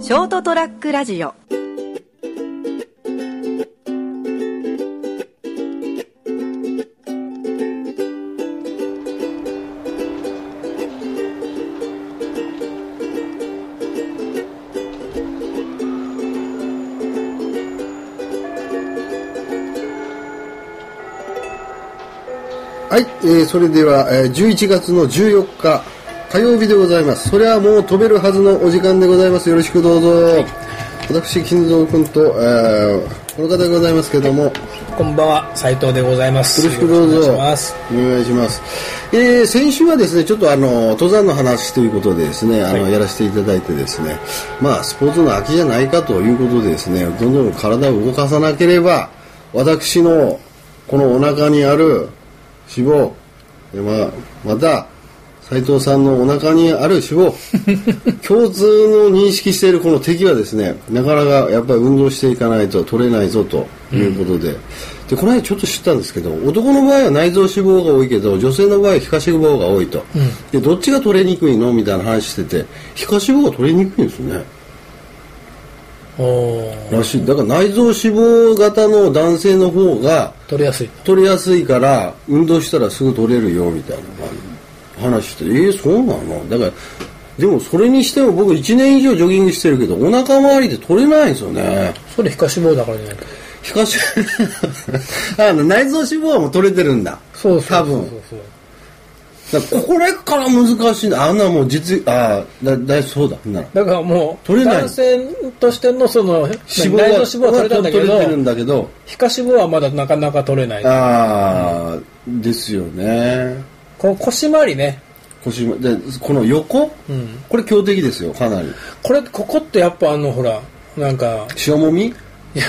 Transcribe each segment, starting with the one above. ショートトラックラジオはい、えーそれでは、えー11月の14日火曜日でございますそれはもう飛べるはずのお時間でございますよろしくどうぞ、私金蔵君と、えーこの方でございますけども、こんばんは、斉藤でございます。よろしくどうぞよろしくお願いします。お願いしますえー先週はですねちょっとあの登山の話ということでですねあの、はいやらせていただいてですねまあスポーツの秋じゃないかということでですねどんどん体を動かさなければ私のこのお腹にある脂肪えーまあまた斉藤さんのお腹にある脂肪共通の認識しているこの敵はですねなかなかやっぱり運動していかないと取れないぞということで、でこの間ちょっと知ったんですけど男の場合は内臓脂肪が多いけど女性の場合は皮下脂肪が多いと、でどっちが取れにくいのみたいな話してて皮下脂肪が取れにくいんですねおーらしいだから内臓脂肪型の男性の方が取りやすい。取りやすいから運動したらすぐ取れるよみたいな話してえー、そうなのだからでもそれにしても僕1年以上ジョギングしてるけどお腹周りで取れないんですよねそれ皮下脂肪だからじゃないか。皮下脂 あの内臓脂肪はもう取れてるんだそうそう多そう分そうそう。だからこれから難しいんだあんなもう実あーだだそうだならだからもう、取れない男性としてのその、脂内臓肪が脂肪は取れたんだけ取れてるどん、だけど皮下脂肪はまだなかなか取れない。ああ、ですよねこの腰回りね。腰もでこの横、うんこれ強敵ですよかなりこれ、ここってやっぱあの、ほら、なんか、塩もみいや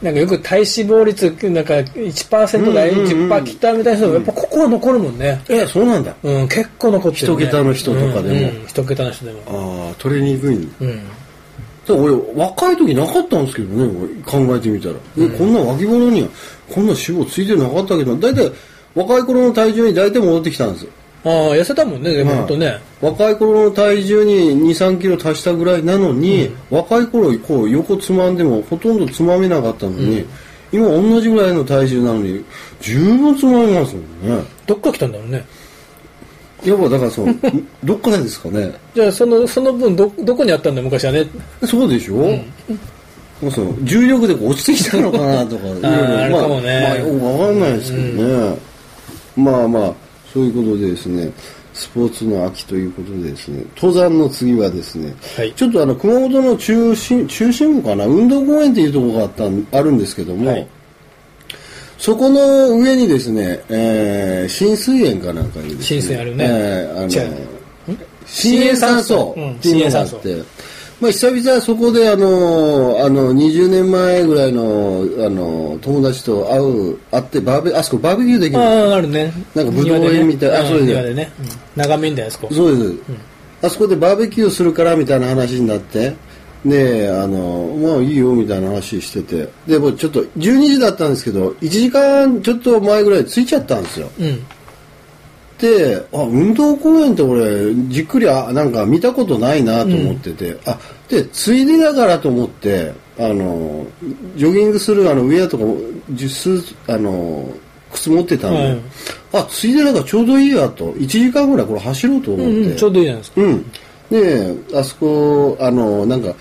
なんかよく体脂肪率、なんか1%台、うんうんうん10%切ったみたいな人も、やっぱここは残るもんね。えそうなんだうん、結構残ってる、ね。一桁の人とかでもうんうん一桁の人でも。ああ取れにくいんだうん。で俺若い時なかったんですけどね俺考えてみたら、えこんな脇腹にはこんな脂肪ついてなかったけど大体若い頃の体重に大体戻ってきたんですよああ、痩せたもんね、でもはいほんとね。若い頃の体重に23キロ足したぐらいなのに、若い頃こう横つまんでもほとんどつまめなかったのに、今同じぐらいの体重なのに十分つまめますもんねどっから来たんだろうね。 やっぱだからそのどっからですかねじゃあ、その、その分、ど、どこにあったんだ、昔はね。そうでしょ、もうその重力でこう落ちてきたのかなとかいろいろあるかもねまあ、まあ、よくわかんないですけどね、まあまあそういうことでですねスポーツの秋ということでですね登山の次はですね、はいちょっとあの熊本の中心中心部かな運動公園っていうところがあったんあるんですけども、はいそこの上にですね、えー、浸水園かなんかにです浸水園あるねえーあ違うの新鋭酸素っていうのがあっうん新て、まあ、久々そこであのあの20年前ぐらいのあの友達と会う会ってバーベあそこバーベキューできるああ、あるね。なんかぶどう園みたいなあそうです庭でね。うん眺めんだよ、あそこ。そうです、あそこでバーベキューするからみたいな話になってであのまあいいよみたいな話しててでもうちょっと12時だったんですけど1時間ちょっと前ぐらい着いちゃったんですようん。であ運動公園って俺じっくりあなんか見たことないなと思ってて、あでついでだからと思ってあのジョギングするあのウェアとか十数あの靴持ってたんで、はいあついでだからちょうどいいやと1時間ぐらいこれ走ろうと思っうて、んうん、ちょうどいいじゃないですか。うん、であそこあのなんか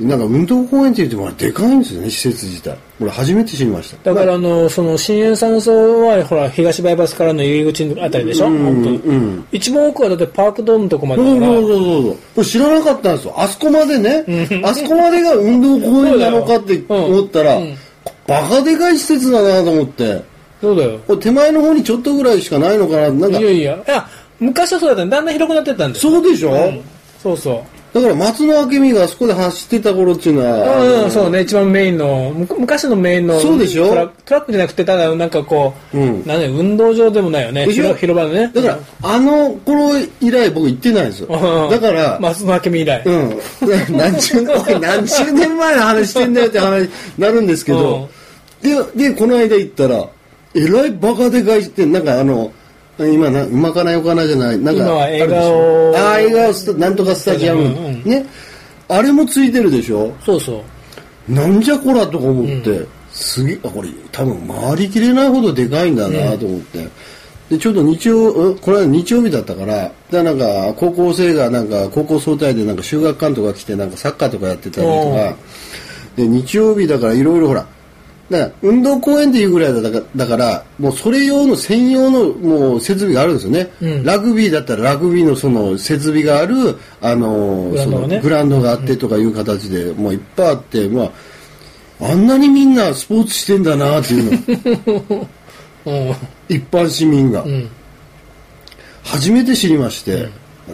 なんか運動公園って言ってもでかいんですよね施設自体俺初めて知りましただから、あの、その、新塩酸素は、ほら、東バイパスからの入り口のあたりでしょ、うん本当にうん一番奥はだってパークドームのとこまでそうだからそう、そうそうそう。これ知らなかったんですよ。あそこまでね、あそこまでが運動公園なのかって思ったら、そうだよバカでかい施設だなと思って、そうだよ。これ手前の方にちょっとぐらいしかないのかななんかい、やいや。いや、昔はそうだったね。だんだん広くなってったんだよ。そうでしょ、そうそう。だから松野明美があそこで走ってた頃っていうのは、うんうん、そうね、一番メインの、む昔のメインの、そうでしょトラトラックじゃなくて、ただ、なんかこう、うんなんだよ運動場でもないよね、でしょ広広場のね。だから、あの頃以来僕行ってないんですよ。うん、だから、松野明美以来。うん、何十おい何十年前の話してんだよって話になるんですけど、ででこの間行ったらえらいバカでかいしてなんかあの今なうまかなよかなじゃないなんか今はあるでしょ笑顔ああ笑顔スタなんとかスタジアム、うんうんねあれもついてるでしょそうそう。なんじゃこらとか思って、すげえあこれ多分回りきれないほどでかいんだなと思って、でちょうど日曜うんこれは日曜日だったからでなんか高校生がなんか高校総体でなんか修学館とか来てなんかサッカーとかやってたりとかで日曜日だからいろいろほらだから運動公園っていうぐらいだからだからもうそれ用の専用のもう設備があるんですよね、うんラグビーだったらラグビーのその設備があるあのグラウンドがねそのグラウンドがあってとかいう形で、もういっぱいあって、まあ、あんなにみんなスポーツしてんだなっていう のうん。一般市民が、うん。初めて知りまして、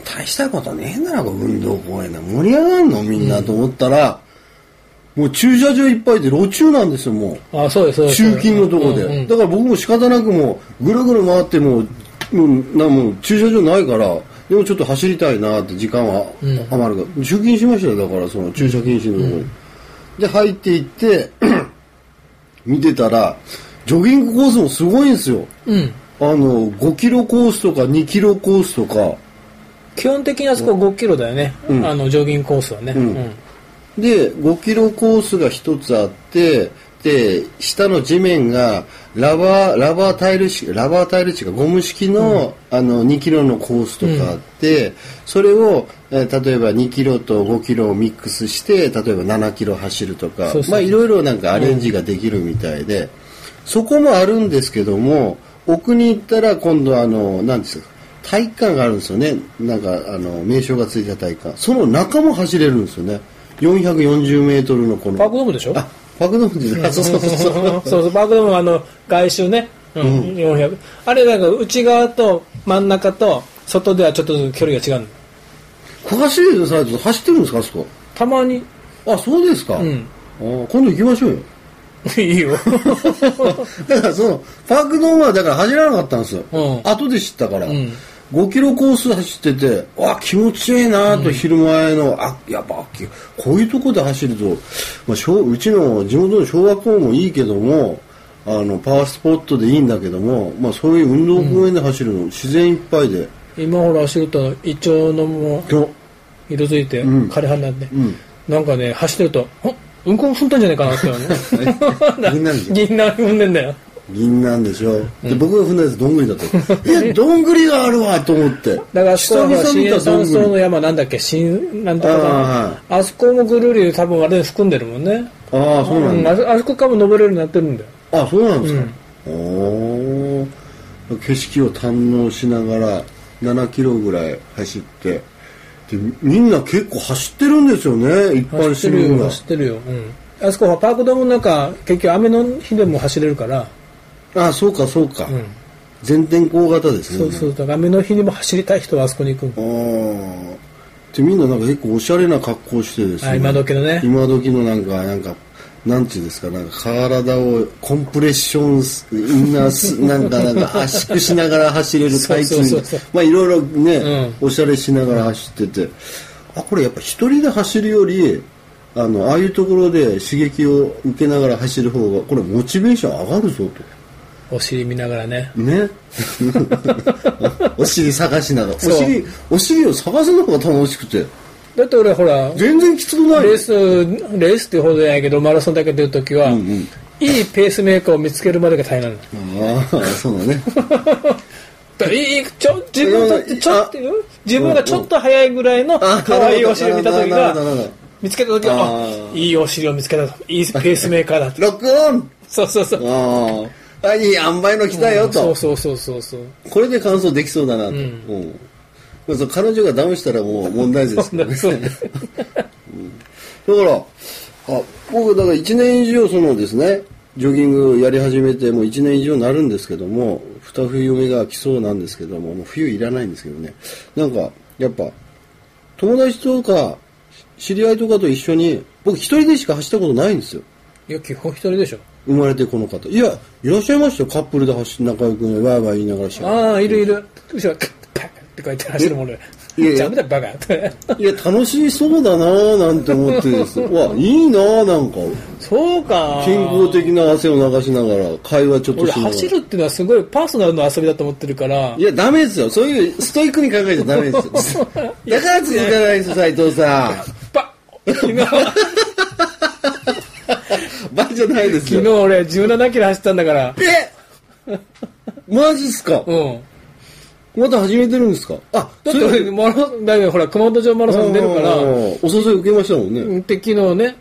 大したことねえんだなこれ運動公園な盛り上がんのみんなと思ったら、もう駐車場いっぱいで路中なんですよもう。あ、そうです、そうです。中勤のところで、うんうんだから僕も仕方なくもうぐるぐる回ってもううんなもう駐車場ないからでもちょっと走りたいなって時間はうん余るから、中勤しましたよだからその駐車禁止のところに、で入っていって 見てたらジョギングコースもすごいんですようん。あの5キロコースとか2キロコースとか基本的にあそこ5キロだよね。うんあの、ジョギングコースはね。んで5キロコースが1つあってで下の地面がラバーラバータイル式ラバータイルっていうかゴム式の,、あの2キロのコースとかあって、それを、えー例えば2キロと5キロをミックスして例えば7キロ走るとかそうそうまあいろいろなんかアレンジができるみたいで、そこもあるんですけども奥に行ったら今度あの何ですか体育館があるんですよねなんかあの名称がついた体育館その中も走れるんですよね440メートルのこのパークドームでしょあパークドームじゃないそうそうそうそうそうそう、パークドームはあの、外周ね。うん。400。あれ、なんか内側と真ん中と外ではちょっと距離が違うの小走りのサイト走ってるんですかあそこたまに。あそうですか、うんあー今度行きましょうよ いいよ。だからそのパークドームはだから走らなかったんですよ、うん後で知ったから、ん5キロコース走っててわ気持ちいいなと昼前の、あやっぱ秋こういうとこで走ると、まあ、小うちの地元の小学校もいいけどもあのパワースポットでいいんだけども、まあ、そういう運動公園で走るの、自然いっぱいで今ほら、足元のイチョウのもの色づいて、ん枯れ葉になって、んなんかね、走ってると、ほんうんこ踏んだんじゃないかなって 。銀 思うねなんですよ銀杏踏んでんだよ。銀なんでしょ、で僕が踏んだやつどんぐりだ とえどんぐりがあるわと思ってだから、あ久そこ々は新見た栄ど山んぐり荘の山なんだっけ新、なんとかあかなあそこもぐるり多分あれ含んでるもんね。ああそうなんだ、うんあそあそこからも登れるようになってるんだよ。あそうなんですか、おお景色を堪能しながら7キロぐらい走ってでみんな結構走ってるんですよね一般走市ってる民よ、が走ってるよ。うん。あそこはパークドームの中、結局雨の日でも走れるから、あそうかそうか、うん。全天候型ですねそうそう、だから雨の日にも走りたい人はあそこに行くんだ。ああでみんななんか結構おしゃれな格好してですあね今時のね今時のなんかなんかなんていうんですかなんか体をコンプレッションすな すなんかなんか圧縮しながら走れるタイツみたそいうそうそうなまあいろいろね、うおしゃれしながら走っててあこれやっぱ一人で走るよりあのああいうところで刺激を受けながら走る方がこれモチベーション上がるぞと。お尻見ながらね。 ねお尻探しながらおそう尻お尻を探すのが楽しくてだって俺ほら、全然きつくないレース、レースってほどじゃないけど、マラソンだけ出るときは、うんうんいいペースメーカーを見つけるまでが大変なの。だああそうだねからいい、ちょ、自分だってちょっとあ、自分がちょっと早いぐらいのあ可愛いお尻見たときなるほどなるほどなるほがど、見つけたときあは、あーいいお尻を見つけたと。いいペースメーカーだ と。ロックオンそうそうそう。あああいい塩梅の来たよと、そうそうそうそうそう。これで完走できそうだなと、うんまあそう彼女がダウンしたらもう問題児ですけどねそうね。だから、あ、僕、だから1年以上、そのですね、ジョギングやり始めて、もう1年以上になるんですけども、二冬目が来そうなんですけども、もう冬いらないんですけどね。なんか、やっぱ、友達とか、知り合いとかと一緒に、僕一人でしか走ったことないんですよ。いや、基本一人でしょ。生まれてこの方。いや、いらっしゃいましたよ。カップルで走って仲良くね、ワイワイ言いながらしああ、いるいる。後ろ、カッパッって書いて走るもんね。いやいや ダメだ、バカって。いや、楽しそうだなぁなんて思って ですね。うわ、いいなぁなんか。そうか。健康的な汗を流しながら、会話ちょっと俺しながら。走るっていうのはすごいパーソナルの遊びだと思ってるからいや、ダメですよ。そう いうストイックに考えちゃダメですよ。だから続かないですよ、斎藤さん。パ 昨日、昨バカじゃないです日よ。俺17キロ走ったんだから。えマジっすかうん。また始めてるんですかあ、だって俺、マラソン、だけどほら、熊本城マラソン出るから、あうーお誘い受けましたもんね。んで、昨日ね、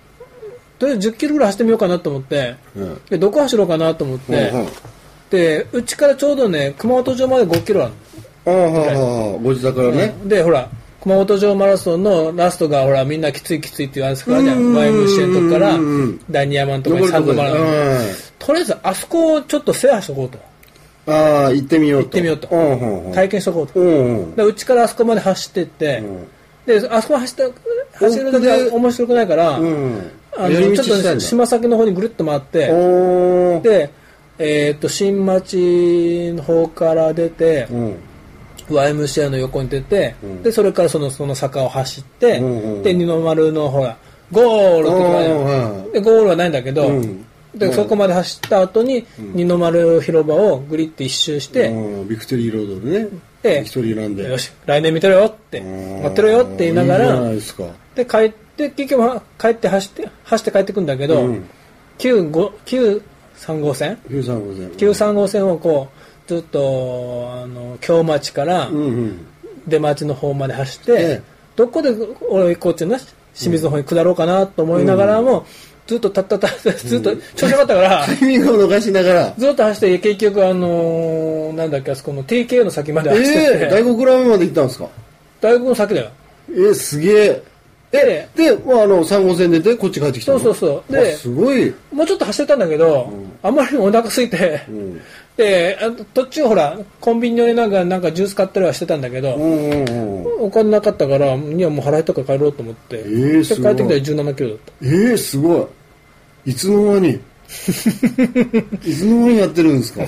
とりあえず10キロぐらい走ってみようかなと思って、うんで、どこ走ろうかなと思って、うんうんで、うちからちょうどね、熊本城まで5キロあるああ、はあはあ、ご自宅からの、ね。で、ほら、熊本城マラソンのラストが、ほら、みんなきついきついって言われてたからね、うん前虫線とこからうんうん、第二山のとこ残にると三こ度でマラソン。とりあえず、あそこをちょっと制覇しとこうと。うんああ、行ってみようと。行ってみようとうんうんうん。体験しとこうと。うんうんでうちからあそこまで走ってって、んで、あそこ走った、走るだけで面白くないから、うん。あ寄のりち道ょっしたんとねだ島先の方にぐるっと回って、おー。で、えーっと、新町の方から出て、うん。 YMCA の横に出て、んで、それからそのその坂を走って、うんうんで、二の丸のほら、ゴールってとこうんうんまうんで、でゴールはないんだけど、うんでそこまで走った後に、二の丸広場をぐりって一周して、うんビクトリーロードでね。でビクトリーランで。よし、来年見てろよって、うん待ってろよって言いながいいら、じゃないですか。で帰って結局は帰って走って走って帰ってくんだけど、うん9 5 935号線九三五線。 93号線をこうずっとあの京町からうんうん。出町の方まで走って、ええどこで俺こっちの清水の方に下ろうかなと思いながらも、ずっとたったたったずっと調子よかったから、 タイミングを逃しなが ら。ずっと走って結局あのーなんだっけあそこの TK の先まで走っててえ、え、大黒ラーメンまで行ったんですか大学の先だよえ、すげえ。でで、まあ、あの、3号線出て、こっち帰ってきたのそうそうそうで、ですごい。もうちょっと走ってたんだけど、あんまりにもお腹空いて、んであ途中ほらコンビニ寄りなんかなんかジュース買ったりはしてたんだけど、うんうんうん。お金なかったからいやもう腹減ったから帰ろうと思って、ーです帰ごいってきたら1 7キロだったええ、すごい。いつの 間に。いつの間にやってるんですか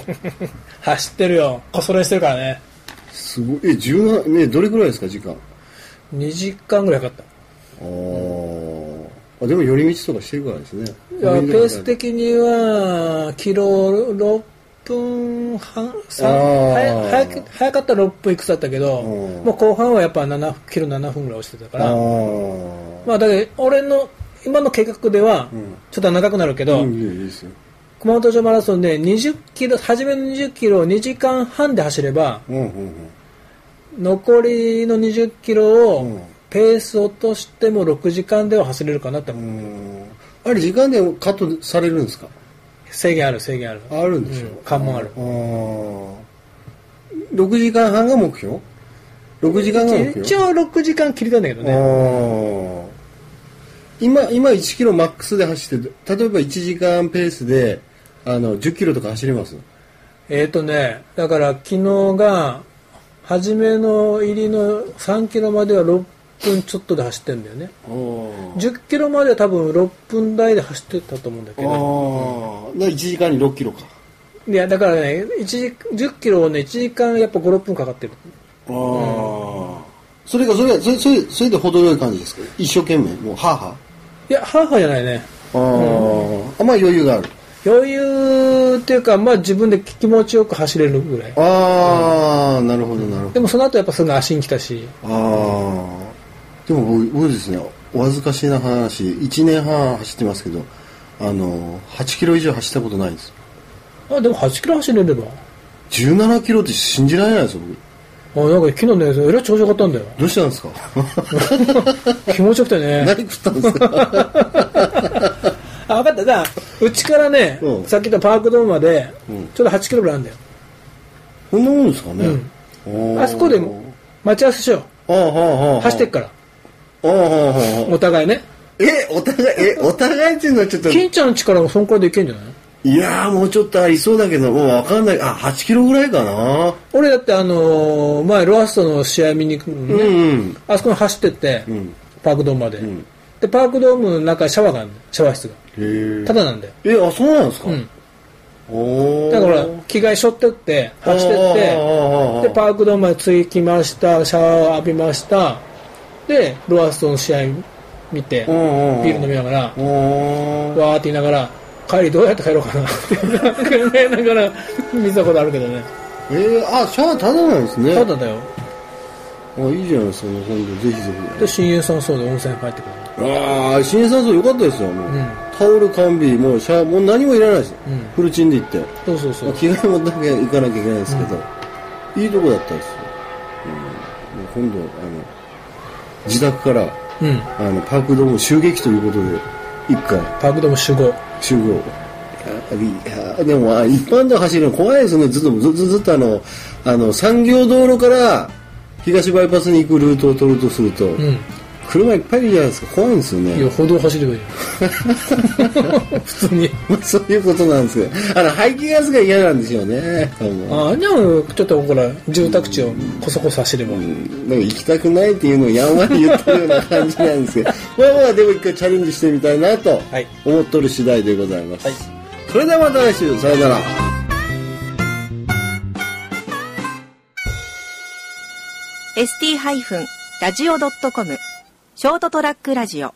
走ってるよこそれしてるからねすごい。え、17、ね、どれくらいですか、時間。あ2時間ぐらいかかっーあ。でも、寄り道とかしてるからですね。たいやペース的にはキロ6分半さんあー早早く早かったら6分いくつだったけど、うんもう後半はやっぱ7キロ7分ぐらい落ちてたかあらあ。まあだけど俺の今の計画ではんちょっと長くなるけど、うんいいよいいですよ。熊本城マラソンで20キロ初めの20キロを2時間半で走ればうんうん残りの20キロうをんペース落としても6時間では走れるかなって思う。うんうん。あれ、時間でカットされるんですか制限ある制限あるあるんでしょ、うん関門あるあー6時間半が目標 ?6 時間が目標一応6時間切りたいんだけどねあー今、今1キロマックスで走ってて、例えば1時間ペースで、あの、10キロとか走れますえっ、とねだから昨日が初めの入りの3キロまでは6分ちょっとで走ってんだよね10キロまでは多分6分台で走ってたと思うんだけあどー。1時間に6キロか。いやだからね1時10キロをね1時間やっぱ56分かかってるああ。それが、それが、それ、それ、それで程よい感じですか一生懸命、もう、はあはいやハーハーじゃないねあ。ああ。あんまり余裕がある。余裕っていうかまあ自分で気持ちよく走れるぐらいああ、なるほど、なるほどで。もその後やっぱすぐ足に来たしああでも僕僕ですねお恥ずかしな話1年半走ってますけどあの8キロ以上走ったことないんですあでも8キロ走れれば17キロって信じられないですよ僕あなんか昨日ねえらい調子よかったんだよどうしたんですか 気持ちよくてね何食ったんですか あ分かったじゃあうちからね、うんさっき言ったパークドームまでうんちょうど8キロぐらいあるんだよ、そんなもんですかね、ーあそこでも待ち合わせしよあーはあはあはうあ走ってっからあーはあはあはあお互いねえお互い えお互いっていうのはちょっと金ちゃんの力もそんくらいでいけんじゃないいやーもうちょっとありそうだけどもうわかんないあ8キロぐらいかな俺だってあのー前ロアストの試合見に行くのうね、んあそこに走ってって、んパークドームまで、んでパークドームの中にシャワーがあるのシャワー室がうんへただなんだよ、ええあそうなんですか、うん、おおだから着替えしょってって走ってってあーあーあーでパークドームまで着きましたシャワーを浴びましたでロアストの試合見てビうんうんール飲みながらおーわーって言いながら帰りどうやって帰ろうか なって考えながら見たことあるけどねえー、あシャワータダなんですねただだよああいいじゃないですか、今度ぜひぜで深淵酸素で温泉入ってくるひ。ああ、新酸素良かったですよ、もう。んタオル、缶ビー、もうシャワー、もう何もいらないです。うんフルチンで行って。そうそうそまあう着替えもだけ行かなきゃいけないですけど、いいとこだったですよ。うん、もう今度、あの、自宅から、うんあの、パークドーム襲撃ということで、一回パークドーム集合集合。あいやでも、あ一般道走るの怖いですね。ずっと、ずっと、ずっとあの、あの、産業道路から、東バイパスに行くルートを取るとすると、うん車いっぱいいるじゃないですか。怖いんですよね。いや歩道走れ ばいいよ普通にまあ、 そういうことなんですけど、あの、排気ガスが嫌なんでしょうね。多分ああじゃあちょっとほら住宅地をこそこそ走れば、なんか行きたくないっていうのをやんわり言ってるような感じなんですけ ど、まあまあでも一回チャレンジしてみたいなとはい思っとる次第でございます。はいそれではまた来週、さよなら。 ST-radio.com ショートトラックラジオ